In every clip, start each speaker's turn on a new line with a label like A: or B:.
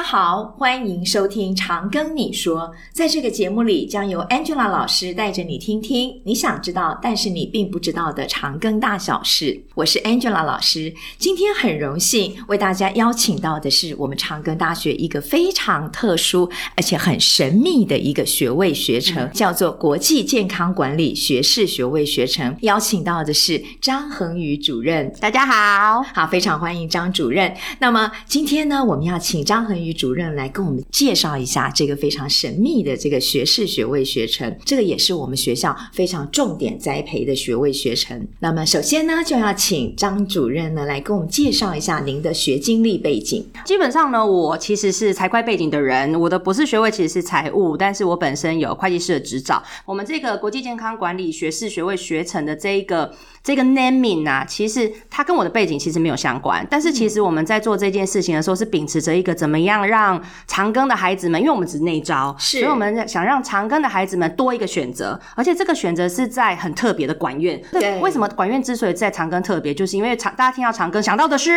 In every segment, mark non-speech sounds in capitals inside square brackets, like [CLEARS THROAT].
A: 好，欢迎收听《长庚你说》。在这个节目里，将由 Angela 老师带着你听听你想知道但是你并不知道的长庚大小事。我是 Angela 老师，今天很荣幸为大家邀请到的是我们长庚大学一个非常特殊而且很神秘的一个学位学程，叫做国际健康管理学士学位学程。邀请到的是张恒宇主任，
B: 大家好，
A: 好，非常欢迎张主任。那么今天呢，我们要请张恒宇主任来跟我们介绍一下这个非常神秘的这个学士学位学程，这个也是我们学校非常重点栽培的学位学程。那么首先呢，就要请张主任呢来跟我们介绍一下您的学经历背景。
B: 基本上呢，我其实是财会背景的人，我的博士学位其实是财务，但是我本身有会计师的执照。我们这个国际健康管理学士学位学程的这一个这个 naming 啊，其实它跟我的背景其实没有相关，但
A: 嗯
B: 是其实我们在做这件事情的时候，是秉持着一个怎么样让长庚的孩子们，因为我们只内招，
A: 是
B: 所以我们想让长庚的孩子们多一个选择，而且这个选择是在很特别的管院。
A: 对
B: 为什么管院之所以在长庚特别，就是因为长大家听到长庚想到的是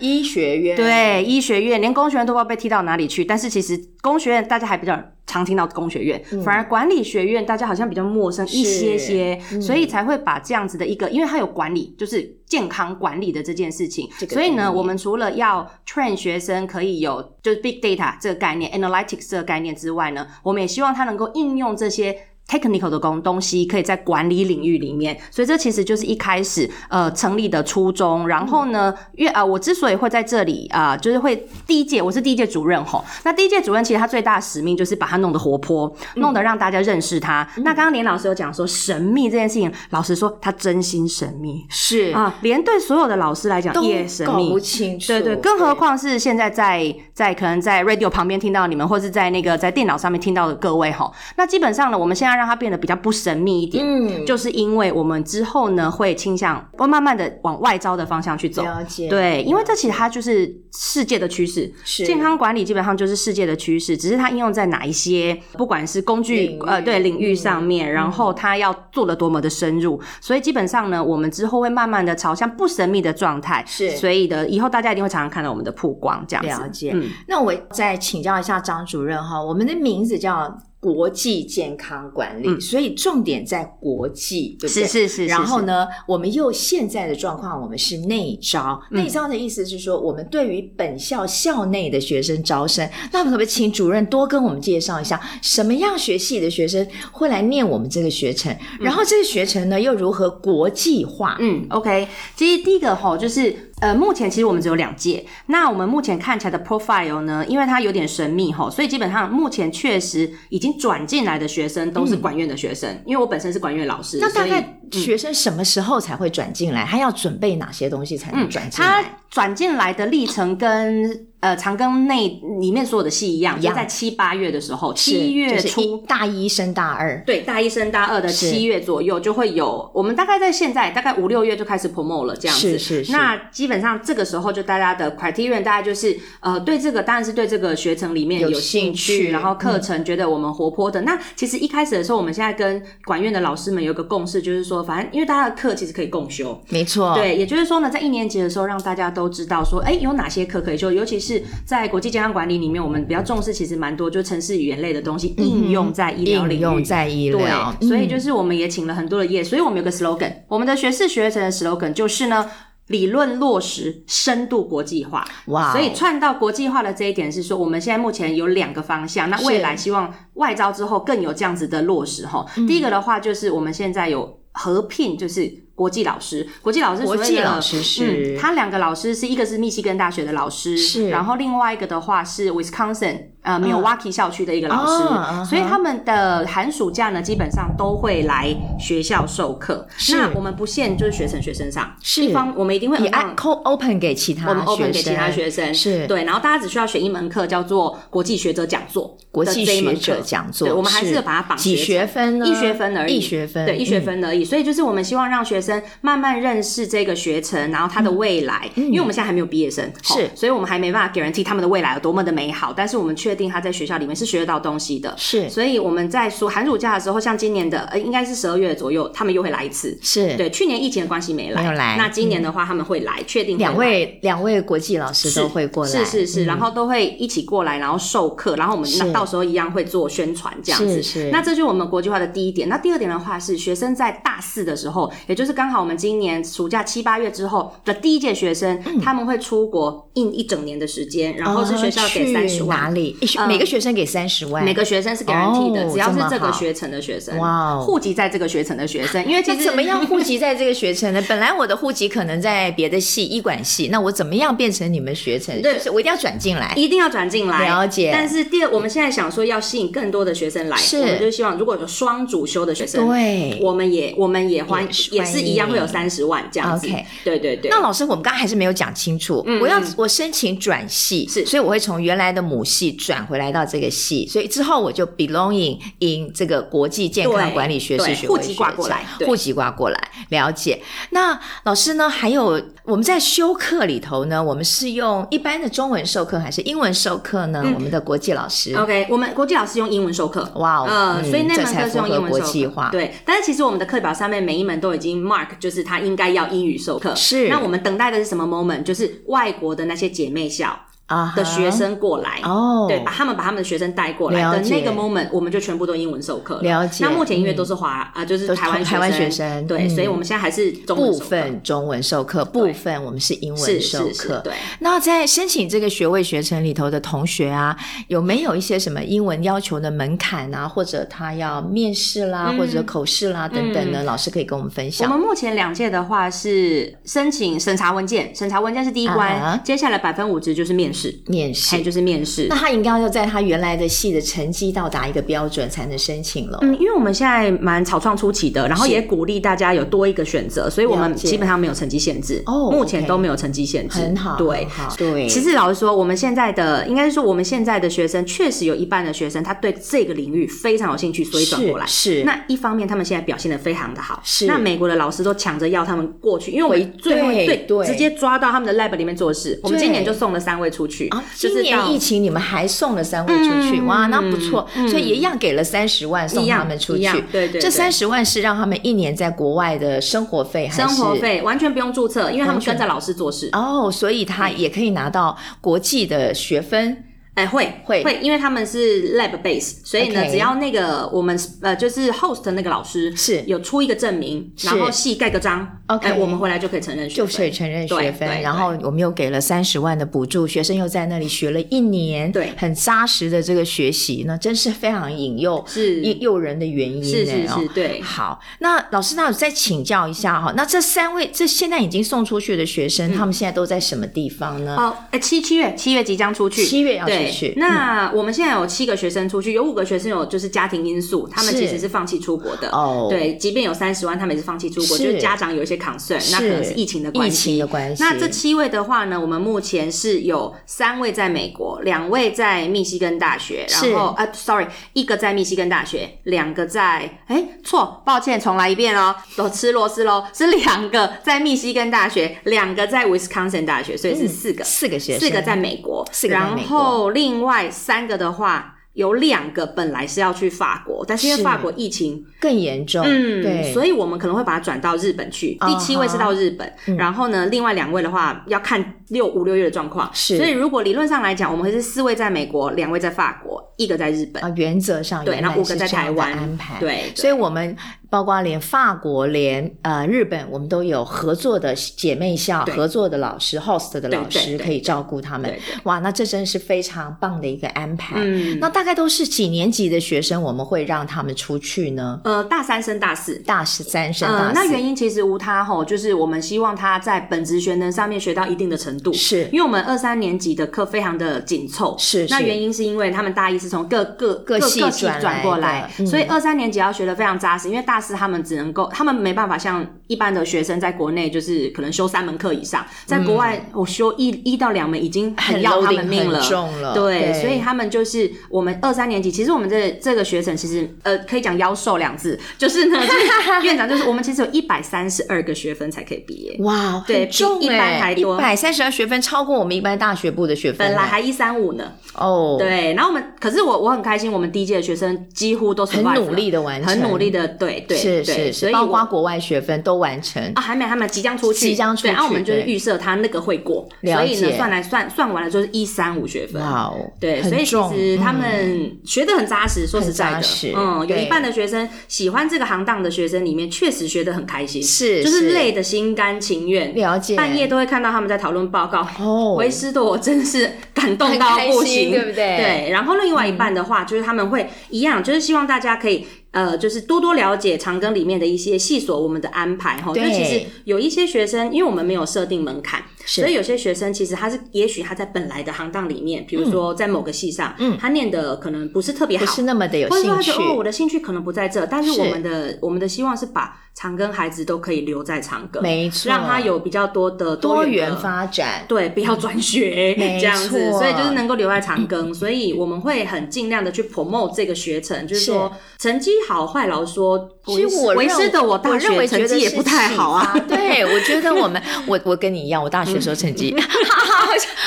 A: 医学院
B: 对，医学院连工学院都不知道被踢到哪里去，但是其实工学院大家还比较常听到工学院，
A: 嗯
B: 反而管理学院大家好像比较陌生一些些，
A: 嗯
B: 所以才会把这样子的一个，因为它有管理，就是健康管理的这件事情，
A: 这个嗯
B: 所以
A: 概
B: 呢，
A: 念
B: 我们除了要 train 学生可以有就是 big data 这个概念、analytics 这个概念之外呢，我们也希望他能够应用这些 technical 的工东西，可以在管理领域里面。所以这其实就是一开始呃成立的初衷。然后呢，因为啊、呃我之所以会在这里啊、呃就是会第一届我是第一届主任吼，那第一届主任其实他最大的使命就是把他弄得活泼，
A: 嗯
B: 弄得让大家认识他。那刚刚连老师有讲说神秘这件事情，老实说他真心神秘。
A: 是
B: 啊，连对所有的老师来讲
A: 都
B: 也神
A: 搞
B: 秘，
A: 不清楚，
B: 对对，更何况是现在在在可能在 radio 旁边听到你们，或是在那个在电脑上面听到的各位哈。那基本上呢，我们现在让它变得比较不神秘一点，
A: 嗯，
B: 就是因为我们之后呢会倾向会慢慢的往外招的方向去走。
A: 了解，
B: 对，因为这其实它就是世界的趋势，
A: 是
B: 健康管理基本上就是世界的趋势，只是它应用在哪一些，不管是工具
A: 领域
B: 呃对领域嗯上面，然后它要做的多么的深入，所以基本上呢，我们之后会慢慢的朝向不神秘的状态，
A: 是
B: 所以的以后大家一定会常常看到我们的曝光这样子。
A: 了解
B: 嗯，
A: 那我再请教一下张主任哈，我们的名字叫国际健康管理，
B: 嗯
A: 所以重点在国际，对不对？
B: 是是是是，
A: 然后
B: 是？
A: 呢，我们又现在的状况，我们是内招。
B: 嗯
A: 内招的意思是说，我们对于本校校内的学生招生，那我们可不可以请主任多跟我们介绍一下，什么样学系的学生会来念我们这个学程？然后这个学程呢，又如何国际化？
B: 嗯，OK，其实第一个吼就是。呃，目前其实我们只有两届，那我们目前看起来的 profile 呢，因为它有点神秘吼，所以基本上目前确实已经转进来的学生都是管院的学生，因为我本身是管院老师，
A: 那大
B: 所以嗯
A: 概学生什么时候才会转进来？他要准备哪些东西才
B: 嗯
A: 能转进
B: 他
A: 来？
B: 转进来的历程跟呃长庚内里面所有的戏一样，
A: 一
B: 就
A: 样
B: 在七八月的时候，
A: 是
B: 七月
A: 就是一
B: 初。
A: 大一升大二，
B: 对，大一升大二的
A: 是
B: 七月左右就会有，我们大概在现在大概五六月就开始 promote 了这样子。
A: 是是是
B: 那基本上这个时候就大家的 criterion 大概就是呃对这个当然是对这个学程里面
A: 有
B: 有
A: 兴
B: 兴
A: 趣嗯
B: 趣，然后课程觉得我们活泼的。那其实一开始的时候，我们现在跟管院的老师们有一个共识，就是说反正因为大家的课其实可以共修，
A: 没错，
B: 对，也就是说呢，在一年级的时候，让大家都知道说，哎，有哪些课可以修，尤其是在国际健康管理里面，我们比较重视，其实蛮多就城市语言类的东西应用在医疗
A: 嗯应
B: 领域。
A: 用在医
B: 对
A: 疗，，
B: 所以
A: 嗯
B: 就是我们也请了很多的业，所以我们有个 slogan，我们的学士学程的 slogan 就是呢，理论落实，深度国际化。
A: 哇哦，
B: 所以串到国际化的这一点是说，我们现在目前有两个方向，那未来希望外招之后更有这样子的落实哈。
A: 嗯
B: 第一个的话就是我们现在有合聘，就是。国际老师，国际老师所谓
A: 国
B: 的，
A: 际老师是
B: 嗯，他两个老师是一个是密西根大学的老师，
A: 是
B: 然后另外一个的话是 Wisconsin 呃 Milwaukee 校区的一个老师，
A: 啊啊
B: 所以他们的寒暑假呢，基本上都会来学校授课。
A: 是
B: 那我们不限就是学生学生上，
A: 是
B: 一方我们一定会
A: 也
B: 很
A: 按 co open 给其他
B: 我们 open
A: 学
B: 给其
A: 生
B: 他学生，
A: 是
B: 对，然后大家只需要选一门课叫做国际学者讲座，
A: 国际学者
B: 讲。
A: 讲座，
B: 对我们还是把它绑
A: 几
B: 学
A: 学分呢？
B: 一学分而已，
A: 一学分，嗯
B: 对，一学分而已。所以就是我们希望让学生慢慢认识这个学程，然后他的未来，
A: 嗯
B: 因为我们现在还没有毕业生，
A: 是
B: 哦所以我们还没办法给人替他们的未来有多么的美好，但是我们确定他在学校里面是学得到东西的。
A: 是
B: 所以我们在说寒暑假的时候，像今年的呃，应该是十二月左右，他们又会来一次。
A: 是，
B: 对，去年疫情的关系没来，
A: 没有来
B: 那今年的话，他们会来，确定会
A: 两
B: 来
A: 位两位国际老师都会过来，
B: 是是是，
A: 嗯
B: 然后都会一起过来，然后授课，然后我们
A: 是
B: 那到时候一样会做宣传这样
A: 是
B: 子。
A: 是
B: 那这就是我们国际化的第一点。那第二点的话是，学生在大四的时候，也就是刚好我们今年暑假七八月之后的第一届学生，
A: 嗯
B: 他们会出国印一整年的时间，然后是学校给
A: 呃
B: 三
A: 去
B: 十
A: 哪
B: 万。
A: 里？一学
B: 嗯
A: 每个学生给三十万，
B: 每个学生是 guarantee 的，
A: 哎哦
B: 只要是
A: 这
B: 这
A: 么好
B: 个学程的学生，
A: 哇哦
B: 户籍在这个学程的学生，因为其
A: 那
B: 实
A: 怎么样户籍在这个学程呢？本来我的户籍可能在别的系医管系，那我怎么样变成你们学程？
B: 对
A: 就是我一定要转进来。
B: 一定要转进来，
A: 了解
B: 但是第二，我们现在想说要吸引更多的学生来，
A: 是
B: 我们就希望如果有双主修的学生，
A: 对
B: 我们也我们也欢
A: 也是
B: 也是一样
A: 欢
B: 会
A: 迎
B: 有三十万这样子
A: OK
B: 对对对。
A: 那老师，我们刚刚还是没有讲清楚。我要
B: 嗯
A: 我申请转系，
B: 是
A: 所以我会从原来的母系转回来到这个系，所以之后我就 belonging in 这个国际健康
B: 对
A: 管理学士
B: 对
A: 学
B: 户
A: 位
B: 籍
A: 学
B: 挂过
A: 程
B: 来对
A: 户籍挂过来。了解。那老师呢？还有我们在修课里头呢，我们是用一般的中文授课还是英文授课呢？
B: 嗯
A: 我们的国际老师，
B: OK，我们国际老师用英文授课，
A: 哇哦，
B: 哦呃，所以那
A: 这
B: 门
A: 才
B: 课
A: 符
B: 是用
A: 合
B: 英
A: 国
B: 文
A: 际
B: 授课
A: 化，。
B: 对。但是其实我们的课表上面每一门都已经 mark，就是他应该要英语授课。
A: 是
B: 那我们等待的是什么 moment？就是外国的那些姐妹校
A: 啊哈
B: 的学生过来。
A: 哦，
B: 对，把他们把他们的学生带过来
A: 了
B: 的
A: 解
B: 那个 moment，我们就全部都英文授课了
A: 了解
B: 那目前因为都是华啊、就是
A: 都是
B: 台湾
A: 台湾学生
B: 对，
A: 嗯
B: 所以我们现在还是中文
A: 部
B: 授课
A: 分中文授课，部分我们是英
B: 是
A: 文授
B: 是是
A: 课，。
B: 对。
A: 那在申请这个学位学程里头的同学啊，有没有一些什么英文要求的门槛啊，或者他要面试啦，
B: 嗯
A: 或者口试啦等等呢？老师可以跟我们分
B: 我
A: 享。
B: 们目前两届的话是申请审查文件，审查文件是第一关
A: 啊哈
B: 接下来百分五十就是面试，
A: 面
B: 还
A: 试
B: 有，就是面试
A: 那。他应该要在他原来的系的成绩到达一个标准才能申请了。
B: 嗯，因为我们现在蛮草创初期的，然后
A: 是
B: 也鼓励大家有多一个选择，所以我
A: 了
B: 们
A: 解
B: 基本上没有成绩限制，
A: 哦
B: 目前
A: OK
B: 都没有成绩限制，
A: 很好，
B: 对
A: 很，好对，
B: 其实老实说，我们现在的应该是说，我们现在的学生确实有一半的学生，他对这个领域非常有兴趣，所以转过来。
A: 是是
B: 那一方面，他们现在表现的非常的好。
A: 是
B: 那美国的老师都抢着要他们过去，因为我们最后
A: 对对
B: 直接抓到他们的 lab 里面做事。我们今年就送了三位出去，
A: 啊，
B: 就是
A: 今
B: 到
A: 年疫情你们还送了三位出去，
B: 嗯
A: 哇，那不错，
B: 嗯
A: 所以一样给了三十万送
B: 一
A: 他
B: 样
A: 们出
B: 一
A: 去
B: 样。对对对
A: 这三十万是让他们一年在国外的生活费还
B: 生
A: 是？
B: 活费完全不用注册，因为他
A: 完
B: 们
A: 全
B: 跟着老师做事。
A: 哦，所以他也可以拿到国际的学分，
B: 哎，会
A: 会
B: 会，因为他们是 lab base，所以呢
A: OK
B: 只要那个我们呃就是 host 的那个老师
A: 是
B: 有出一个证明，
A: 是
B: 然后系盖个章
A: OK
B: 哎我们回来就可以承认学
A: 就
B: 分，
A: 可以承认
B: 对
A: 学分
B: 对。
A: 然后我们又给了三十万的补助，学生又在那里学了一年，
B: 对
A: 很扎实的这个学习，那真是非常引诱。
B: 是
A: 诱诱人的原因呢、
B: 是是
A: 哦
B: 是，对。
A: 好，那老师，那我再请教一下哈，那这三位，这现在已经送出去的学生，
B: 嗯
A: 他们现在都在什么地方呢？
B: 哦，哎，七七月七月即将出去，
A: 七月要出
B: 对
A: 去嗯
B: 那我们现在有七个学生出去，有五个学生有就是家庭因素，他们
A: 是
B: 其实是放弃出国的。
A: 哦
B: 对，即便有三十万，他们也是放弃出国，
A: 是
B: 就是家长有一些 concern，那可能是疫情的
A: 疫
B: 关系。
A: 情的关系。
B: 那这七位的话呢，我们目前是有三位在美国，两位在密西根大学，
A: 是
B: 然后啊，sorry，一个在密西根大学，两个在哎错，抱歉，重来一遍哦，我吃螺丝喽，是两个在密西根大学，两个在 Wisconsin 大学，所以是四个，
A: 四个嗯学生，
B: 四个在美国，
A: 四个在美
B: 然
A: 国
B: 后另外三个的话。有两个本来是要去法国，但是因为
A: 是
B: 法国疫情，
A: 更严重，
B: 嗯，
A: 对，
B: 所
A: 以
B: 以我们可能会把它转到日本去。
A: 啊哈嗯
B: 第七位是到日本，然后呢，另外两位的话要看六五六月的状况。
A: 是
B: 所以如果理论上来讲，我们会是四位在美国，两位在法国，一个在日本。
A: 啊，原则上
B: 对，
A: 原
B: 然
A: 来
B: 后五个
A: 是
B: 在
A: 这样
B: 台
A: 的
B: 湾
A: 安排，。
B: 对，
A: 所
B: 以
A: 以我们包括连法国、连呃日本，我们都有合作的姐妹校、
B: 对
A: 合作的老师、host 的老
B: 对对
A: 师
B: 对
A: 可以照顾他们
B: 对对。
A: 哇，那这真是非常棒的一个安排。
B: 嗯，
A: 那大概都是几年级的学生，我们会让他们出去呢？
B: 呃，大三升大四。
A: 大十三升大四，
B: 嗯、那原因其实无他吼，就是我们希望他在本职学能上面学到一定的程度，
A: 是
B: 因为我们二三年级的课非常的紧凑，
A: 是
B: 那
A: 是
B: 原因是因为他们大一是从各各
A: 各系
B: 各系
A: 转来
B: 转过来
A: 的嗯，
B: 所以二三年级要学的非常扎实，因为大师他们只能够，他们没办法像一般的学生在国内就是可能修三门课以上，在国外我修一一到两门已经很要他
A: loading
B: 们命了
A: 嗯很。重了，
B: 对，所以他们就是我们二三年级，其实我们这这个学程其实呃可以讲妖兽两字，就是呢，就是 [LAUGHS] 院长就是我们其实有一百三十二个学分才可以毕业，
A: 哇，
B: 对
A: 很重哎
B: 比一般还多
A: 一百三十二学分，超过我们一般大学部的学分
B: 本
A: 了，
B: 来还一三五呢，
A: 哦，，
B: 对，然后我们，可是我我很开心，我们第一届的学生几乎都
A: 很
B: survive
A: 努力
B: 了
A: 的完成，
B: 很努力的，对对
A: 是
B: 对
A: 是是，
B: 所以
A: 包
B: 我
A: 括国外学分都完成
B: 啊，，还没还没即将出去，
A: 即将出
B: 对，然啊后我
A: 去
B: 们就是
A: 对
B: 预设他那个会过，
A: 了
B: 所以呢，
A: 解
B: 算来算算完了就是一三五学分。
A: 哇哦，
B: 对，
A: 很
B: 所以其
A: 重
B: 实他
A: 嗯
B: 们学的很扎实，说
A: 很
B: 实在
A: 扎实
B: 的，嗯，有
A: 对
B: 一半的学生喜欢这个行当的学生里面，确实学的很开心，
A: 是
B: 就是累的心甘情愿，
A: 了解，
B: 半夜都会看到他们在讨论报告，
A: 哦，
B: 为师的我真的是感动
A: 很
B: 到
A: 开
B: 不
A: 心
B: 行，
A: 对不对
B: 对，然后另外一半的话，就是他们会一样，就是希望大家可以。呃，就是多多了解长庚里面的一些细琐，我们的安排哈。就
A: 对
B: 其实有一些学生，因为我们没有设定门槛，
A: 是
B: 所以有些学生其实他是，也许他在本来的行当里面，比如说在某个系上，
A: 嗯
B: 他念的可能不是特别好
A: 不，是那么的有
B: 或者说
A: 兴
B: 他
A: 趣
B: 觉得，哦，我的兴趣可能不在这，但是
A: 是
B: 我们的我们的希望是把长庚孩子都可以留在长庚，
A: 没错，
B: 让他有比较多的
A: 多
B: 元
A: 元
B: 的
A: 发展，
B: 对，不要转学
A: 没
B: 这样子，
A: 错
B: 所以就是能够留在长庚，所以我们会很尽量的去 promote 这个学程，就是说成绩好坏老实说，
A: 其实我
B: 为
A: 认
B: 师的我
A: 我
B: 大
A: 认
B: 学
A: 为觉
B: 成
A: 得
B: 绩也
A: 是
B: 不太好啊
A: 启，
B: [LAUGHS]
A: 发对，我觉得我们，我我跟你一样，我大学时候成
B: [LAUGHS]
A: 绩，好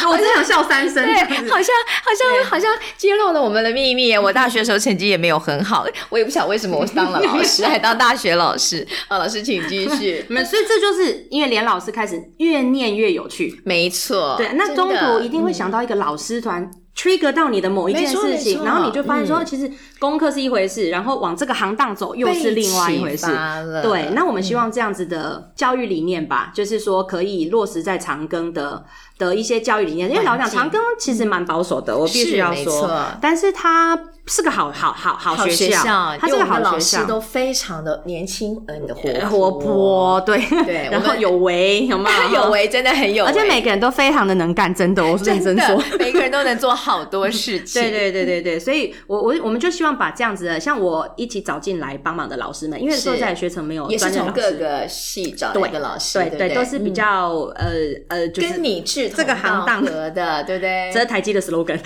A: 像
B: 我只想笑三声。
A: 对，
B: 这
A: 好
B: 样
A: 像
B: 子
A: 好像好像揭露了我们的秘密耶！我大学时候成绩也没有很好，我也不晓得为什么我当了老师，还当大学老师。啊，老师请继续。
B: [LAUGHS] 没有嗯所以这就是因为连老师开始越念越有趣，
A: 没错，
B: 对，那
A: 真
B: 中
A: 的嗯
B: 途一定会想到一个老师团。trigger 到你的某一件
A: 没错
B: 事
A: 没
B: 情，
A: 错
B: 然后你就发现说，
A: 嗯
B: 其实功课是一回事，然后往这个行当走又是另外一回
A: 被
B: 事
A: 启。发嗯了
B: 对，那我们希望这样子的教育理念吧，就是说可以落实在长庚的的一些教育理念，因为老
A: 环
B: 实讲
A: 境
B: 长庚其实蛮保守的，我必须要
A: 是没错
B: 说，但是它是个好好好好
A: 好
B: 学
A: 校，
B: 它
A: 因
B: 是
A: 为我
B: 个
A: 们
B: 好
A: 老
B: 学
A: 师
B: 校，呃
A: 都非常的年轻，嗯，的活
B: 活泼，对 [LAUGHS]
A: 对
B: 然
A: 我
B: 后
A: 们
B: 有为，有没
A: [LAUGHS]
B: 有？
A: 有，为，真的 [LAUGHS] 很有为，
B: 而且每个人都非常的能干，真的，我是认
A: 真
B: 真
A: 的
B: 说。
A: [LAUGHS] 每个人都能做好多事情。
B: [LAUGHS] 对对对对对，所以我我我们就希望把这样子的，像我一起找进来帮忙的老师们，因为
A: 是
B: 说在学程没有
A: 也是
B: 哦专业
A: 从
B: 老
A: 各
B: 师，
A: 个系找来的老师，
B: 对
A: 不嗯
B: 对，都是比较呃呃，就是
A: 跟你志同
B: 这个行当
A: 道合的，对不对？
B: 这是台积
A: [LAUGHS]
B: 的 slogan，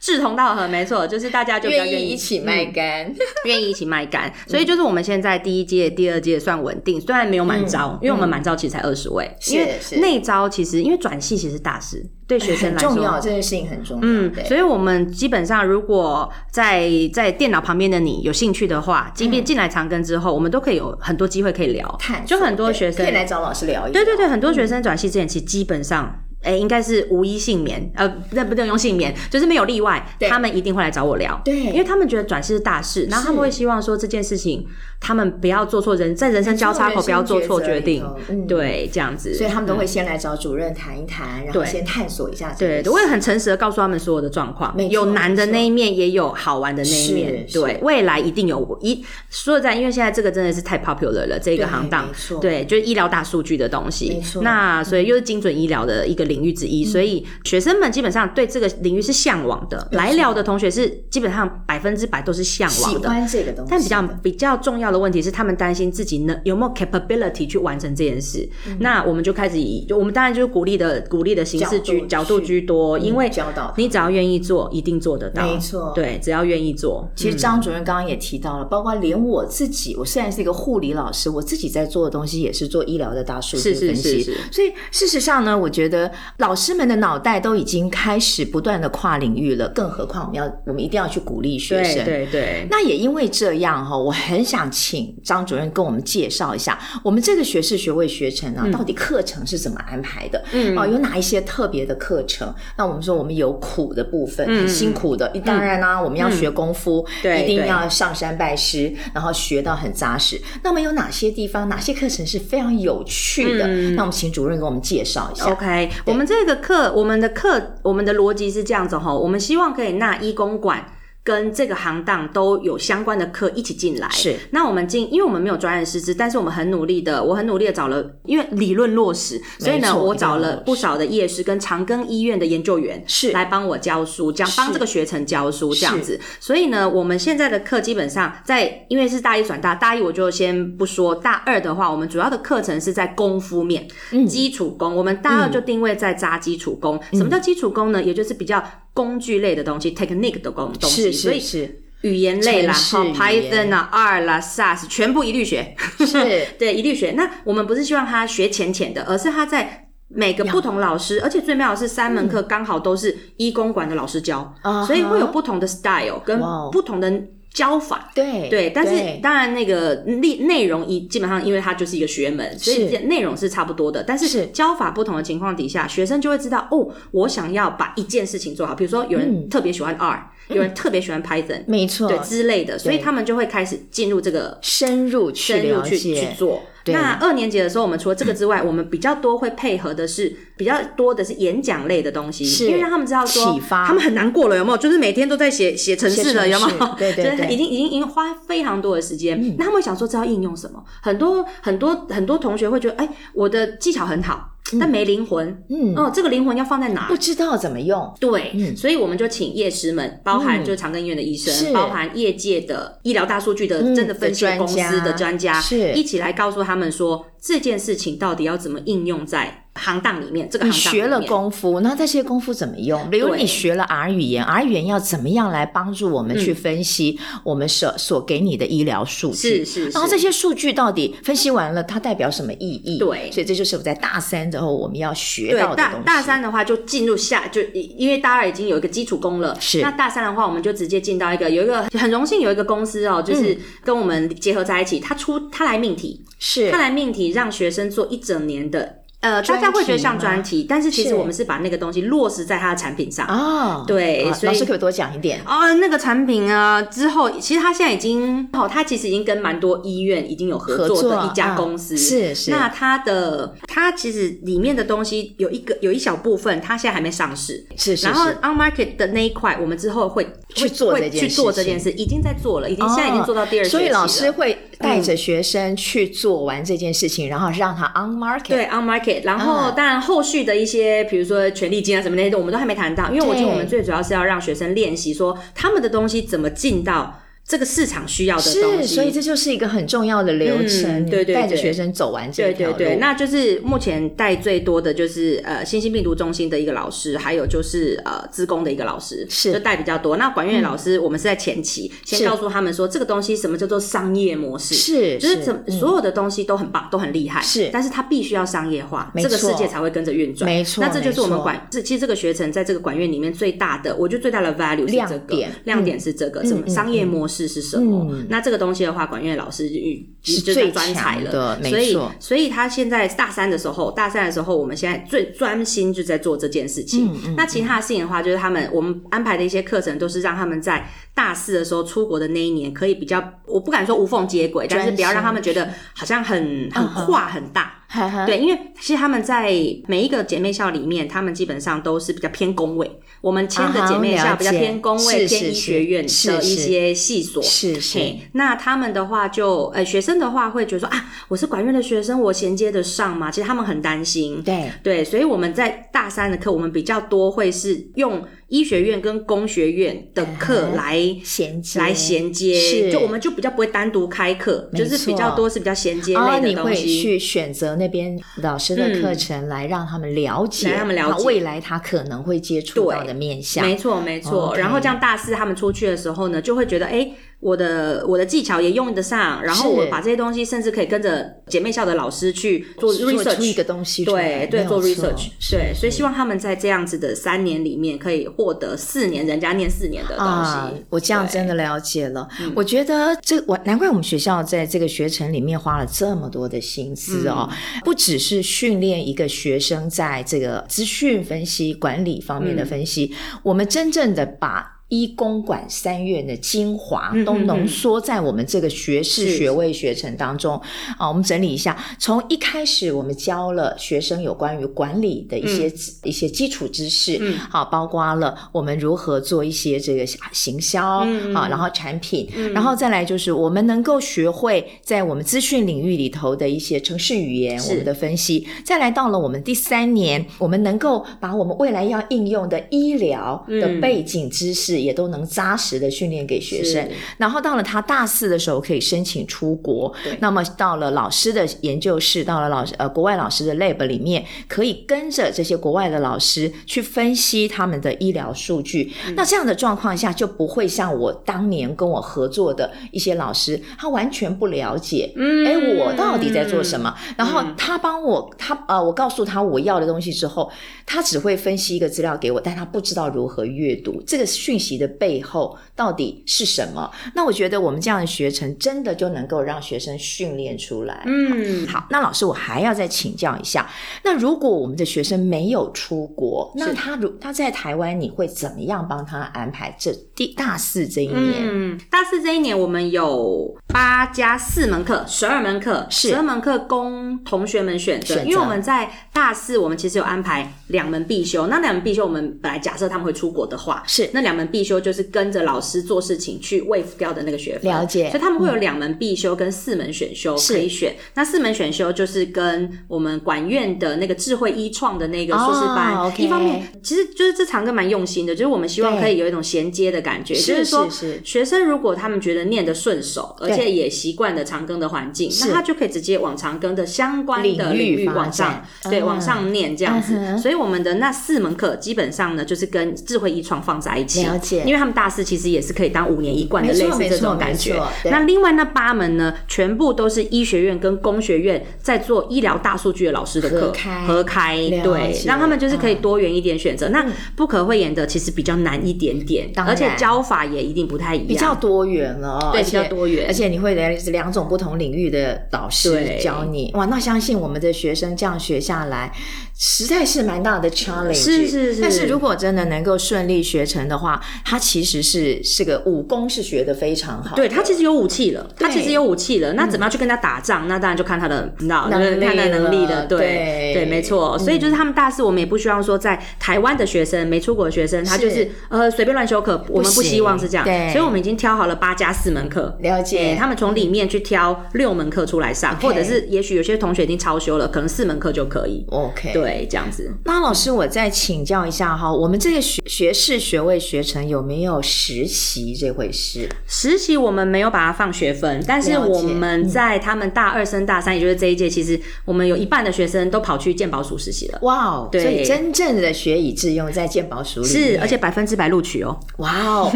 B: 志同道合，没错，就是大家就比较
A: 愿
B: 愿
A: 意
B: 意
A: 一起嗯卖
B: 嗯
A: 干，
B: [LAUGHS] 愿意一起卖干，所以就是我们现在第一届、第二届算稳定，虽然没有满招，因为我们满招其实才二十位，
A: 是
B: 因为
A: 嗯是
B: 内招其实因为转系其实是大事，对学生
A: 很
B: 来说
A: 重要，这件事情很重要。
B: 嗯，
A: 对
B: 所以我们基本上如果在在电脑旁边的你有兴趣的话，即便进来长庚之后，我们都可以有很多机会可以聊
A: 嗯探，索
B: 就很多
A: 对
B: 学生
A: 可以来找老师聊一聊。
B: 对对对，很多学生转系之前，其实基本上。哎、应该是无一幸免，呃，那不能用幸免，就是没有例外
A: 对，
B: 他们一定会来找我聊，
A: 对
B: 因为他们觉得转系是大事，然后他们会希望说这件事情，他们不要做错人，在人生交叉口不要做错决定
A: 人生抉择里头嗯，
B: 对，这样子，
A: 所以他们都会先来找主任谈一谈，然后
B: 嗯对
A: 先探索一下这
B: 对
A: 件事。
B: 对，我也很诚实的告诉他们所有的状况
A: 没，错
B: 有难的那一面，也有好玩的那一面。
A: 是
B: 对，未来一定有一说实在，因为现在这个真的是太 popular 了，这
A: 对
B: 个行当
A: 没错，
B: 对，就是医疗大数据的东
A: 没
B: 西
A: 错。嗯
B: 那所以又是精准医疗的一个领域之一，所以学生们基本上对这个领域是向往的。来聊的同学是基本上百分之百都是向
A: 喜
B: 往的。
A: 欢这个东西，
B: 但比较比较重要的问题是，他们担心自己能有没有 capability 去完成这件事。
A: 嗯
B: 那我们就开始以，就我们当然就是鼓励的鼓励的形式居
A: 角
B: 角
A: 度
B: 度
A: 去
B: 居多，
A: 嗯
B: 因为
A: 教导他
B: 你只要愿意做，一定做得到。
A: 没错
B: 对，只要愿意做，
A: 其实张主任刚刚也提到了，包括连我自己，我虽然是一个护理老师，我自己在做的东西也是做医疗的大数据
B: 是
A: 分
B: 是
A: 析。
B: 是是。
A: 所以事实上呢，我觉得老师们的脑袋都已经开始不断的跨领域了，更何况我们要我们一定要去鼓励学
B: 对
A: 生。
B: 对对，
A: 那也因为这样哈、我很想请张主任跟我们介绍一下，我们这个学士学位学程
B: 嗯
A: 啊，到底课程是怎么安排的？嗯，哦，有哪一些特别的课程？那我们说我们有苦的部分，很辛苦的，当然啦、我们要学功夫，
B: 嗯对
A: 一定要上山拜师，然后学到很扎实。那么有哪些地方，哪些课程是非常有趣的？那我们请主任给我们介绍一下。
B: 嗯 OK，我们这个课，我们的课，我们的逻辑是这样子哈，我们希望可以纳医公馆。跟这个行当都有相关的课一起进来。
A: 是
B: 那我们进，因为我们没有专业师资，但是我们很努力的，我很努力的找了，因为理论落实，所以
A: 没
B: 呢，
A: 错
B: 我找
A: 理论
B: 了
A: 落实
B: 不少的夜师跟长庚医院的研究员
A: 是
B: 来帮我教书，这样
A: 是
B: 帮这个学程教书这样子。所以呢，我们现在的课基本上在，因为是大一转大，大一我就先不说，大二的话，我们主要的课程是在功夫面，
A: 嗯
B: 基础功。我们大二就定位在扎基础功。什么叫基础功呢？也就是比较工具类的东西，technique 的工东西。
A: 是
B: 所
A: 是
B: 以
A: 是
B: 语言类啦，
A: 程式
B: 好
A: 语言
B: ，Python 啊、R 啦、SAS 全部一律学， [LAUGHS]
A: 是
B: 对，一律学。那我们不是希望他学浅浅的，而是他在每个不同老师，而且最妙的是三门课刚好都是医公馆的老师教，
A: 嗯啊哈
B: 所以会有不同的 style 跟
A: 哇哦
B: 不同的教法。
A: 对
B: 对，但是
A: 对
B: 当然那个内内容一基本上，因为它就是一个学门，所以
A: 是
B: 内容是差不多的，但
A: 是
B: 是教法不同的情况底下，学生就会知道哦，我想要把一件事情做好，比如说有
A: 嗯
B: 人特别喜欢 R，、有人特别喜欢 Python，、
A: 没错，
B: 对之类的，所以他们就会开始进入这个
A: 深入去
B: 深入
A: 了
B: 去
A: 解
B: 去做。
A: 对
B: 那二年级的时候，我们除了这个
A: [CLEARS THROAT]
B: 之外，我们比较多会配合的是比较多的是演讲类的东西，
A: 是
B: 因为让他们知道说
A: 启发
B: 他们很难过了，有没有？就是每天都在写写程式了，
A: 写
B: 有
A: 程
B: 没
A: 式
B: 有？
A: 对对
B: [LAUGHS] 就是
A: 对嗯
B: 已经已经已经花非常多的时间。那他们会想说这要应用什么？很多很多很多同学会觉得，哎，我的技巧很好，但没灵魂。
A: 嗯
B: 哦，这个灵魂要放在哪？
A: 不知道怎么用，
B: 对，
A: 嗯
B: 所以我们就请业师们，包含
A: 嗯
B: 就是长庚医院的医生，
A: 是
B: 包含业界的医疗大数据的
A: 嗯
B: 真的分析
A: 的专
B: 公司
A: 家
B: 的专家，
A: 是
B: 一起来告诉他们说这件事情到底要怎么应用在行当里面，这个
A: 你
B: 行当里
A: 学
B: 面
A: 了功夫，那这些功夫怎么用？比如
B: 对
A: 你学了 R 语言，R 语言要怎么样来帮助我们
B: 嗯
A: 去分析我们所、所给你的医疗数据？
B: 是是是，
A: 然哦后这些数据到底分析完了，它代表什么意义？
B: 对
A: 所以这就是我在大三之后我们要学
B: 对
A: 到的
B: 大
A: 东西。
B: 大三的话就进入下，就因为大二已经有一个基础功了，
A: 是
B: 那大三的话，我们就直接进到一个有一个很荣幸有一个公司哦，就是
A: 嗯
B: 跟我们结合在一起，他出他来命题，
A: 是
B: 他来命题让学生做一整年的，呃，大
A: 专
B: 家会觉得
A: 题
B: 像
A: 吗
B: 专题，但是其
A: 是
B: 实我们是把那个东西落实在他的产品上。
A: 啊，
B: 对
A: 啊
B: 所以
A: 老师可不可以多讲一点？
B: 哦，那个产品啊，之后其实他现在已经哦，他其实已经跟蛮多医院已经有合作的一家公司。
A: 啊是是
B: 那它的它其实里面的东西有一个有一小部分，它现在还没上市。
A: 是是
B: 然后
A: 是，
B: on market 的那一块，我们之后会
A: 去做这
B: 会
A: 件
B: 去做
A: 事
B: 这件事，哦已经在做了，已经、现在已经做到第二
A: 哦所以
B: 学期
A: 老
B: 了嗯
A: 师会带着学生去做完这件事情，然后让他 on market。
B: 对 on market，然后
A: 嗯
B: 当然后续的一些，比如说权利金啊什么那些，我们都还没谈到，因为我觉
A: 对
B: 得我们最主要是要让学生练习说他们的东西怎么进到这个市场需要的东
A: 是，
B: 西。
A: 所以这就是一个很重要的流程，
B: 嗯对对
A: 带着
B: 对
A: 学生走完这
B: 对
A: 条
B: 对
A: 路。
B: 对，那就是目前带最多的就是呃新兴病毒中心的一个老师，还有就是呃资工的一个老师，
A: 是
B: 就带比较多。那管院老师，我们是在前期
A: 是
B: 先告诉他们说这个东西什么叫做商业模式，
A: 是
B: 就是怎么
A: 嗯
B: 所有的东西都很棒，都很厉害，
A: 是
B: 但是它必须要商业化，
A: 没
B: 这个
A: 错
B: 世界才会跟着运转。
A: 没错
B: 那这就是我
A: 没
B: 们
A: 错
B: 管这其实这个学程在这个管院里面最大的，我觉得最大的 value 是
A: 亮
B: 这个
A: 点
B: 亮点是这个，什么
A: 嗯
B: 商业模式是什么？
A: 嗯
B: 那这个东西的话，管院老师与
A: 是
B: 就是
A: 最
B: 他专才
A: 强
B: 了，
A: 的没
B: 所以
A: 错
B: 所以他现在大三的时候，大三的时候，我们现在最专心就在做这件事情。
A: 嗯嗯
B: 那其他的事情的话，就是他们我们安排的一些课程，都是让他们在大四的时候出国的那一年，可以比较，我不敢说无缝接轨，但
A: 专心嗯
B: 是不要让他们觉得好像很很跨很大。
A: 哈哈，
B: 对，因为其实他们在每一个姐妹校里面，他们基本上都是比较偏工位。我们签的
A: 啊哈
B: 姐妹
A: 了
B: 校比较
A: 解
B: 偏工
A: 是
B: 位、
A: 是
B: 偏
A: 是
B: 医学院
A: 是
B: 的一
A: 是
B: 些系所。
A: 是是
B: 嘿，那他们的话就呃，学生的话会觉得说啊，我是管院的学生，我衔接得上吗？其实他们很担心。
A: 对，
B: 对，所以我们在大三的课，我们比较多会是用医学院跟工学院的课
A: 嗯
B: 来、
A: 衔接
B: 来衔接，
A: 是哦
B: 就我们就比较不会单独开课，
A: 没
B: 就是比较
A: 错
B: 多是比较衔接
A: 啊，
B: 类
A: 你
B: 的
A: 会
B: 东西。嗯
A: 去选择那边老师的课程来让他们了解，
B: 来让他们了解
A: 未来他可能会接触
B: 对
A: 到的面向。
B: 没错，没错。
A: OK
B: 然后这样大四他们出去的时候呢，就会觉得，哎、我的我的技巧也用得上，然后
A: 是
B: 我把这些东西甚至可以跟着姐妹校的老师去做
A: 做出一
B: research，
A: 个东西出来
B: 对对，
A: 没有嗯
B: 做
A: 错
B: research，对，
A: 是
B: 所以希望他们在这样子的三年里面，可以获得四年人家念四年的东
A: 啊
B: 西。，嗯
A: 我这样真的了解了。我觉得这我难怪我们学校在这个学程里面花了这么多的心
B: 嗯
A: 思哦，不只是训练一个学
B: 嗯
A: 生在这个资讯分析、管理方面的分析，我们真正的把。医公管三院的精华
B: 嗯嗯
A: 都
B: 嗯
A: 浓缩在我们这个学士
B: 是
A: 学位学程当中啊。我们整理一下，从一开始我们教了学生有关于管理的一些一些基础知识，
B: 嗯
A: 好，包括了我们如何做一些这个行销
B: 嗯嗯
A: 啊，
B: 嗯
A: 然后产品，
B: 嗯
A: 然后再来就是我们能够学会在我们资讯领域里头的一些城市语言，
B: 是
A: 我们的分析。再来到了我们第三年，我们能够把我们未来要应用的医疗的
B: 嗯
A: 背景知识也都能扎实的训练给学
B: 是
A: 生。然后到了他大四的时候可以申请出国
B: 对，
A: 那么到了老师的研究室，到了老师呃国外老师的 lab 里面，可以跟着这些国外的老师去分析他们的医疗数据。那这样的状况下，就不会像我当年跟我合作的一些老师，他完全不了解。
B: 嗯
A: 哎，我到底在做什
B: 么？
A: 么？然后
B: 嗯
A: 他帮我，他呃，我告诉他我要的东西之后，他只会分析一个资料给我，但他不知道如何阅读这个讯息的背后到底是什么。那我觉得我们这样的学程真的就能够让学生训练出来。
B: 嗯，
A: 好，那老师，我还要再请教一下，那如果我们的学生没有出国，
B: 是
A: 那他如他在台湾，你会怎么样帮他安排这第大四这一年？
B: 嗯，大四这一年我们有八加四门课，十二门课，
A: 是
B: 十二门课供同学们选择。
A: 选择
B: 因为我们在大四，我们其实有安排两门必修。那两门必修，我们本来假设他们会出国的话，
A: 是
B: 那两门必修就是跟着老师做事情去 waive 掉的那个学分。
A: 了解嗯
B: 所以他们会有两门必修跟四门选修
A: 是
B: 可以选。那四门选修就是跟我们管院的那个智慧医创的那个硕士班，
A: 哦，OK
B: 一方面其实就是这堂课蛮用心的，就是我们希望
A: 对
B: 可以有一种衔接的感觉，
A: 是
B: 就是说
A: 是是
B: 学生如果他们觉得念得顺手，而
A: 对
B: 且也习惯了长庚的环境，
A: 是
B: 那他就可以直接往长庚的相关的
A: 领域
B: 领域
A: 发
B: 往上
A: 展，
B: 对，
A: 嗯
B: 往上念这样子。
A: 嗯哼
B: 所以我们的那四门课基本上呢，就是跟智慧一创放在一起，
A: 了解
B: 因为他们大四其实也是可以当五年一贯的
A: 没错
B: 类似
A: 没
B: 这
A: 错
B: 种
A: 没
B: 感觉
A: 错。对
B: 那另外那八门呢，全部都是医学院跟工学院在做医疗大数据的老师的课，
A: 合开
B: 合开
A: 了
B: 对
A: 解，
B: 让他们就是可以
A: 嗯
B: 多元一点选择。那不可讳言的，其实比较难一点点，
A: 当然
B: 而且教法也一定不太一样，
A: 比较多元哦，
B: 对
A: 而且
B: 比较多元
A: 而且你会来自两种不同领域的老师
B: 对
A: 教你，哇，那相信我们的学生这样学下来，实在是蛮大的 challenge。
B: 是是是
A: 但是如果真的能够顺利学成的话，他其实是是个武功是学的非常好的，
B: 对他其实有武器了，他
A: 对嗯
B: 其实有武器了。那怎么样去跟他打仗？那当然就看他的，你知道，就
A: 能
B: 是
A: 力
B: 看他的能力
A: 了
B: 了。对
A: 对嗯
B: 对，没错。所以就是他们大四，我们也不希望说在台湾的学生、没出国的学生，他就是
A: 是
B: 呃随便乱修课，我们不
A: 行
B: 希望是这样。
A: 对
B: 所以我们已经挑好了八加四门课。
A: 了
B: 对，
A: 解
B: 他们从里面去挑六门课出来上，
A: OK
B: 或者是也许有些同学已经超修了，可能四门课就可以。
A: OK。
B: 对，这样子。
A: 那老师，我再请教一下哈，我们这个学学士学位学程有没有实习这回事？
B: 实习我们没有把它放学分，但是
A: 了解嗯
B: 我们在他们大二升大三，也就是这一届，其实我们有一半的学生都跑去健保署实习了。
A: 哇哦，所
B: 对
A: 以真正的学以致用在鉴宝署里面，
B: 是，而且百分之百录取哦。
A: 哇
B: [LAUGHS]
A: 哦，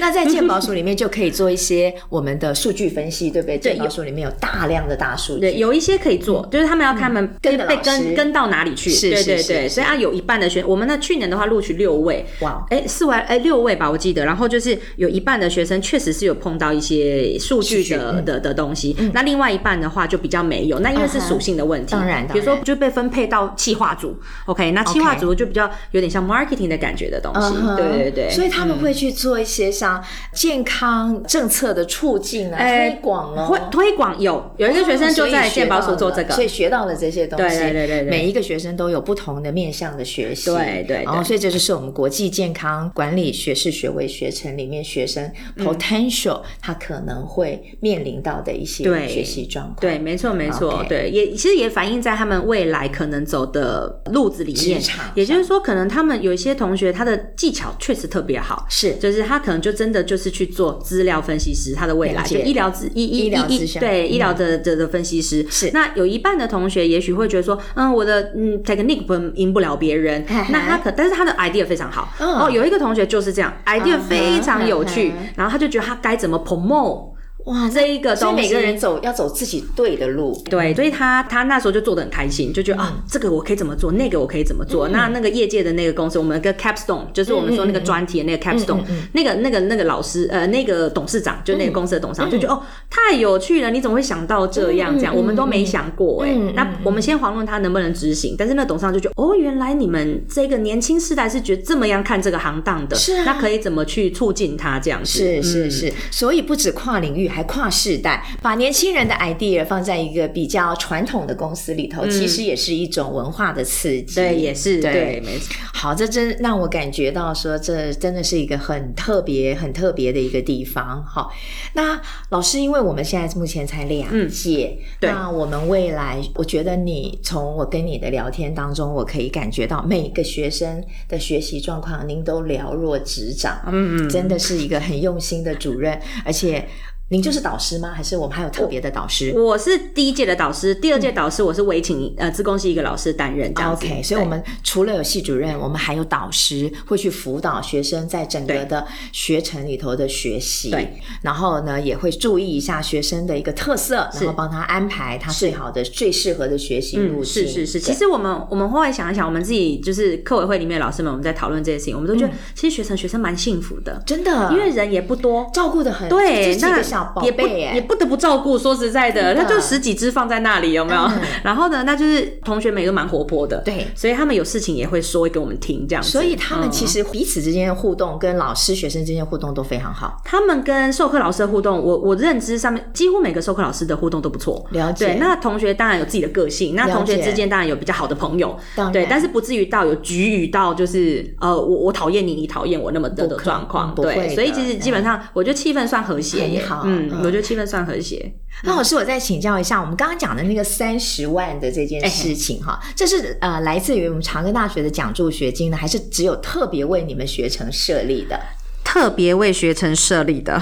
A: 那在鉴宝署里面就可以做一些我们的数据分析，对不对？鉴宝署里面有大量的大数
B: 对，
A: 据，
B: 有一些可以做，就是他们要看他们
A: 嗯跟
B: 被
A: 着
B: 被
A: 老
B: 跟
A: 师
B: 跟到哪里去。
A: 是
B: 对
A: 是
B: 对
A: 是
B: 对，
A: 是
B: 所以啊，有一半的学，我们的去年的话录取六位，
A: 哇，哦
B: 哎，四位哎六位吧，我记得。然后就是有一半的学生确实是有碰到一些数据
A: 数据嗯
B: 的的的东西，那另外一半的话就比较没有。那因为是
A: 嗯哼
B: 属性的问题，
A: 当然
B: 比如说
A: 当然
B: 就被分配到企划组，OK，那企划
A: OK
B: 组就比较有点像 marketing 的感觉的东西，
A: 嗯哼
B: 对对对。
A: 所以他们会去做一些像健康政策的促进啊、
B: 哎
A: 推广哦。
B: 会推广有有一个学生就在健保署做这个，
A: 所以学到了这些东西。
B: 对对对对对
A: 每一个学生都有不同的面向的学习。
B: 对对对
A: 然后，所以这就是我们国际健康管理学士学位学程里面学生
B: 嗯
A: potential 他可能会面临到的一些
B: 对
A: 学习状况。
B: 对，没错，没错
A: OK
B: 对，也其实也反映在他们未来可能走的路子里面
A: 职场。
B: 也就是说，可能他们有一些同学，他的技巧确实特别好，
A: 是
B: 就是他可能就真的就是去做资料分析师，他的未来
A: 了解
B: 就医疗资医医
A: 医疗
B: 医
A: 资深
B: 对
A: 嗯
B: 医疗的的的分析师
A: 是
B: 那有一半的同学也许会觉得说，嗯，我的嗯 technique 不赢不了别人
A: 嗨嗨，
B: 那他可但是他的 idea 非常好。
A: 嗯
B: 哦，有一个同学就是这样，idea
A: 嗯哼
B: 非常有趣
A: 嗯哼，
B: 然后他就觉得他该怎么 promote。
A: 哇，
B: 这一个
A: 所以
B: 东西
A: 每个人走要走自己对的路，
B: 对，所以他他那时候就做的很开心，就觉得、
A: 嗯
B: 啊，这个我可以怎么做，那个我可以怎么做。那那个业界的那个公司，我们那个 capstone，就是我们说那个专题的那个 capstone，、
A: 嗯嗯嗯
B: 那个那个那个老师呃那个董事长，就那个公司的董事长，就觉得哦太有趣了，你怎么会想到这样？
A: 嗯
B: 这样、
A: 嗯
B: 我们都没想过哎、
A: 嗯嗯
B: 那
A: 嗯
B: 我们先遑论他能不能执行，但是那董事长就觉得哦，原来你们这个年轻世代是觉得这么样看这个行当的，
A: 是啊
B: 那可以怎么去促进他这样子？
A: 是是
B: 嗯
A: 是，所以不止跨领域，还跨世代，把年轻人的 idea 放在一个比较传统的公司里头，其实也是一种文化的刺激。
B: 嗯对，也是
A: 对
B: 对，没错，
A: 好，这真让我感觉到说，这真的是一个很特别、很特别的一个地方。好，那老师，因为我们现在目前才两届，
B: 嗯对
A: 那我们未来，我觉得你从我跟你的聊天当中，我可以感觉到每个学生的学习状况，您都了若指掌。
B: 嗯嗯，
A: 真的是一个很用心的主任，而且您就是导师吗？还是我们还有特别的导师
B: 我是第一届的导师，第二届导师我是委请、呃自贡系一个老师担任这样子。
A: ？OK，所以我们除了有系主任，我们还有导师会去辅导学生在整个
B: 对
A: 的学程里头的学习
B: 对，
A: 然后呢也会注意一下学生的一个特色，然
B: 是
A: 后帮他安排他最好的、最适合的学习路
B: 嗯，
A: 径。
B: 是是是，
A: 对
B: 其实我们我们后来想一想，我们自己就是课委会里面的老师们，我们在讨论这些事情，我们都
A: 嗯
B: 觉得、其实学生学生蛮幸福的，
A: 真的，
B: 因为人也不多。
A: 照顾的很，
B: 对，
A: 这是一
B: 那
A: 个小宝
B: 也不
A: 贝
B: 也
A: 哎，
B: 不得不照顾。说实在的，
A: 真的
B: 他就十几只放在那里，有没有
A: 嗯？
B: 然后呢，那就是同学们也都蛮活泼的，
A: 对
B: 所以他们有事情也会说给我们听，这样子。
A: 所以他们
B: 嗯
A: 其实彼此之间的互动，跟老师、学生之间的互动都非常好。
B: 他们跟授课老师的互动，我我认知上面几乎每个授课老师的互动都不错。
A: 了解
B: 对，那同学当然有自己的个性，那
A: 了解
B: 同学之间当然有比较好的朋友
A: 当然，
B: 对，但是不至于到有局语到就是呃，我我讨厌你，你讨厌我那么的
A: 不可
B: 状况。
A: 不会
B: 对，
A: 的嗯
B: 所以其实基本上，我觉得气氛算和谐耶，
A: 很好
B: 嗯，
A: 嗯
B: 我觉得气氛算和谐。
A: 那老师，我再请教一下，我们刚刚讲的那个三十万的这件
B: 哎
A: 事情哈，这是呃来自于我们长庚大学的奖助学金呢，还是只有特别为你们学程设立
B: [LAUGHS]
A: 的？
B: 特别为学程设立的，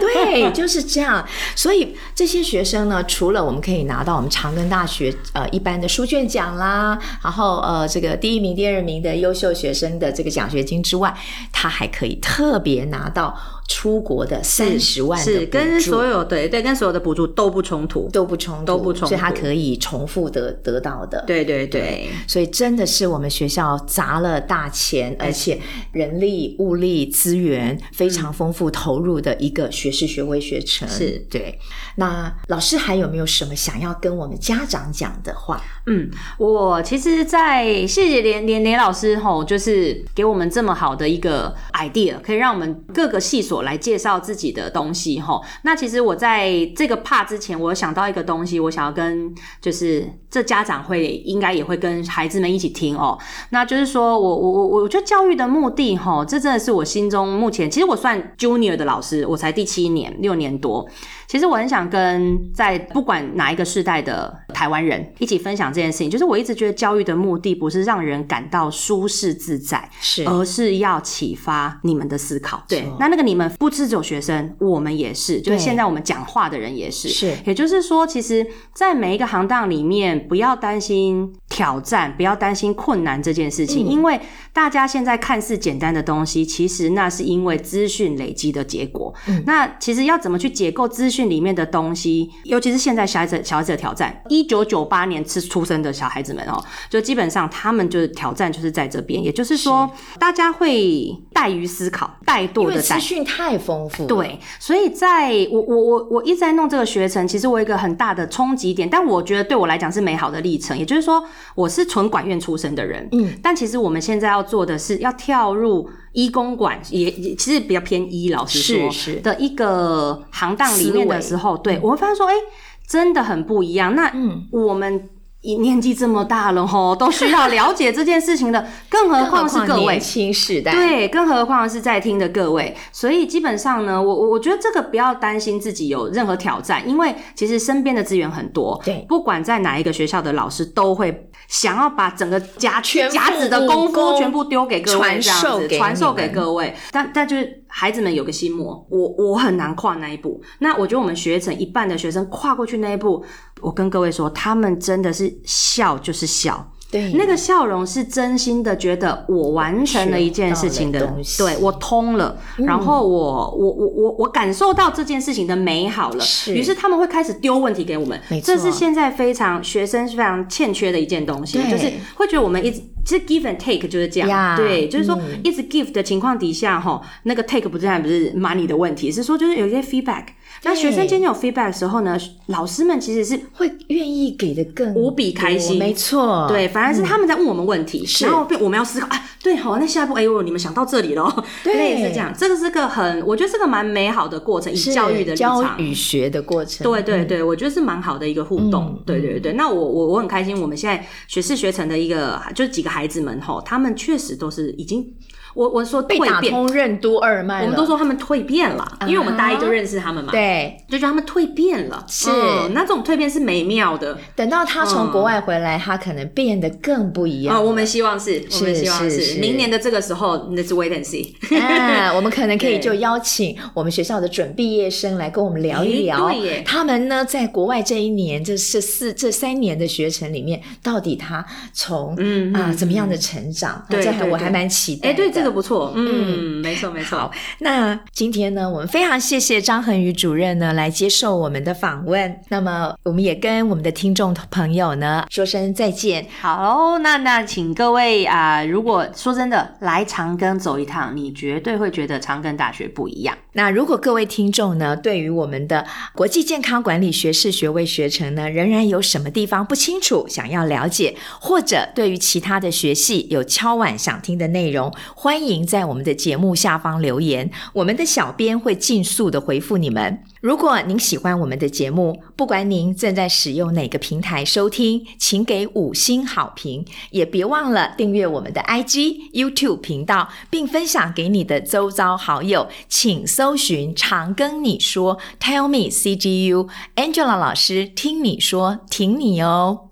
A: 对，就是这样。所以这些学生呢，除了我们可以拿到我们长庚大学呃一般的书卷奖啦，然后呃这个第一名、第二名的优秀学生的这个奖学金之外，他还可以特别拿到出国的三十万的
B: 是跟
A: 补助
B: 所有对对跟所有的补助都不冲突。
A: 都不冲突，
B: 都不冲
A: 所以他
B: 突
A: 可以重复得得到的。
B: 对对对，
A: 所以真的是我们学校砸了大钱，而且人力、物力资源非常丰富投入的一个学士学位学程。
B: 是
A: 对。那老师还有没有什么想要跟我们家长讲的话？
B: 嗯，我其实在，谢谢连连连老师吼，就是给我们这么好的一个 idea，可以让我们各个系所来介绍自己的东西吼。那其实我在这个 part 之前，我有想到一个东西，我想要跟就是这家长会应该也会跟孩子们一起听哦。那就是说我我我我觉得教育的目的吼，这真的是我心中目前，其实我算 junior 的老师，我才第七年，六年多。其实我很想跟在不管哪一个世代的台湾人一起分享这件事情，就是我一直觉得教育的目的不是让人感到舒适自在，
A: 是
B: 而是要启发你们的思考。对
A: 是，
B: 那那个你们不只只有学生，我们也是，就
A: 对
B: 是现在我们讲话的人也是。
A: 是
B: 也就是说，其实，在每一个行当里面，不要担心挑战，不要担心困难这件事情，
A: 嗯
B: 因为大家现在看似简单的东西，其实那是因为资讯累积的结果。
A: 嗯
B: 那其实要怎么去解构资讯里面的东西，尤其是现在小孩子小孩子的挑战，一九九八年是出生的小孩子们哦，就基本上他们就是挑战就是在这
A: 哦
B: 边，也就是说，大家会怠于思考，怠
A: 因
B: 惰
A: 为
B: 的
A: 资
B: 怠。
A: 讯太丰富，，
B: 对，所以在我我我我一直在弄这个学程，其实我有一个很大的冲击点，但我觉得对我来讲是美好的历程。也就是说，我是纯管院出身的人，
A: 嗯，
B: 但其实我们现在要做的是要跳入医公管，也也其实比较偏医，老实说
A: 是是
B: 的一个行当里面的时候，对我会发现说，哎、真的很不一样。那
A: 嗯
B: 我们。年纪这么大了吼，都需要了解这件事情的，更何况是各位
A: 年轻世代，
B: 对，更何况是在听的各位。所以基本上呢，我我我觉得这个不要担心自己有任何挑战，因为其实身边的资源很多，
A: 对
B: 不管在哪一个学校的老师都会想要把整个夹
A: 全部
B: 夹子的功
A: 武功
B: 夫全部丢给各位，
A: 传
B: 这样
A: 授
B: 子
A: 给
B: 传授
A: 你们
B: 给各位。但但就是孩子们有个心魔，我我很难跨那一步。那我觉得我们学成一半的学生跨过去那一步，我跟各位说，他们真的是笑就是笑。
A: 对
B: 那个笑容是真心的，觉得我完成了一件事
A: 学
B: 情的
A: 到了东，西
B: 对我通了，
A: 嗯
B: 然后我我我我我感受到这件事情的美好了，
A: 是
B: 于是他们会开始丢问题给我们
A: 没，错
B: 这是现在非常学生非常欠缺的一件东西
A: 对，
B: 就是会觉得我们一直其实 give and take 就是这
A: 呀
B: 样，对，就是说
A: 嗯
B: 一直 give 的情况底下，哈，那个 take 不是不是 money 的问题，是说就是有一些 feedback。那学生
A: 对
B: 间有 feedback 的时候呢，老师们其实是
A: 会愿意给的更
B: 无比开心
A: 多没错，
B: 对，反而是他们在问我们问题，
A: 嗯是
B: 然后被我们要思考啊，对，好，那下一步，哎呦，你们想到这里了，
A: 对
B: [LAUGHS] 类似这样，这个是个很，我觉得是个蛮美好的过程，以
A: 是
B: 教育的立
A: 教
B: 场。
A: 与学的过程，
B: 对对对，我觉得是蛮好的一个互动。
A: 嗯
B: 对对对，那我我我很开心，我们现在学士学成的一个，就是几个孩子们吼，他们确实都是已经，我我说
A: 被
B: 蜕
A: 打
B: 变，
A: 通任督二脉了，
B: 我们都说他们蜕变了，因为我们大一
A: 啊
B: 就认识他们嘛，
A: 对。
B: 就觉得他们蜕变了，
A: 是
B: 嗯那这种蜕变是美妙的。
A: 等到他从
B: 嗯
A: 国外回来，他可能变得更不一样
B: 哦，
A: 了。 [LAUGHS]
B: 我们希望是，我们希望
A: 是
B: 是，
A: 是
B: 明年的这个时候，那是 wait and see。
A: 啊，我们可能可以
B: [LAUGHS] 对
A: 就邀请我们学校的准毕业生来跟我们聊一聊
B: 诶对耶，
A: 他们呢在国外这一年，这这四这三年的学程里面，到底他从
B: 嗯
A: 啊
B: 嗯
A: 怎么样的成长？
B: 对
A: 这还
B: 对
A: 我还
B: 对
A: 蛮期待
B: 哎，
A: 的。
B: 对，这个不错，嗯，没错没错
A: 好，那今天呢，我们非常谢谢张恒宇主任呢来接受我们的访问。那么，我们也跟我们的听众朋友呢说声再见。
B: 好喽，那那请各位啊、如果说真的来长庚走一趟，你绝对会觉得长庚大学不一样。
A: 那如果各位听众呢，对于我们的国际健康管理学士学位学程呢，仍然有什么地方不清楚，想要了解，或者对于其他的学系有敲碗想听的内容，欢迎在我们的节目下方留言，我们的小编会尽速的回复你们。如果您喜欢我们的节目，不管您正在使用哪个平台收听，请给五星好评，也别忘了订阅我们的 IG、YouTube 频道，并分享给你的周遭好友。请搜寻“常跟你说 ”，Tell me CGU Angela 老师听你说，挺你哦。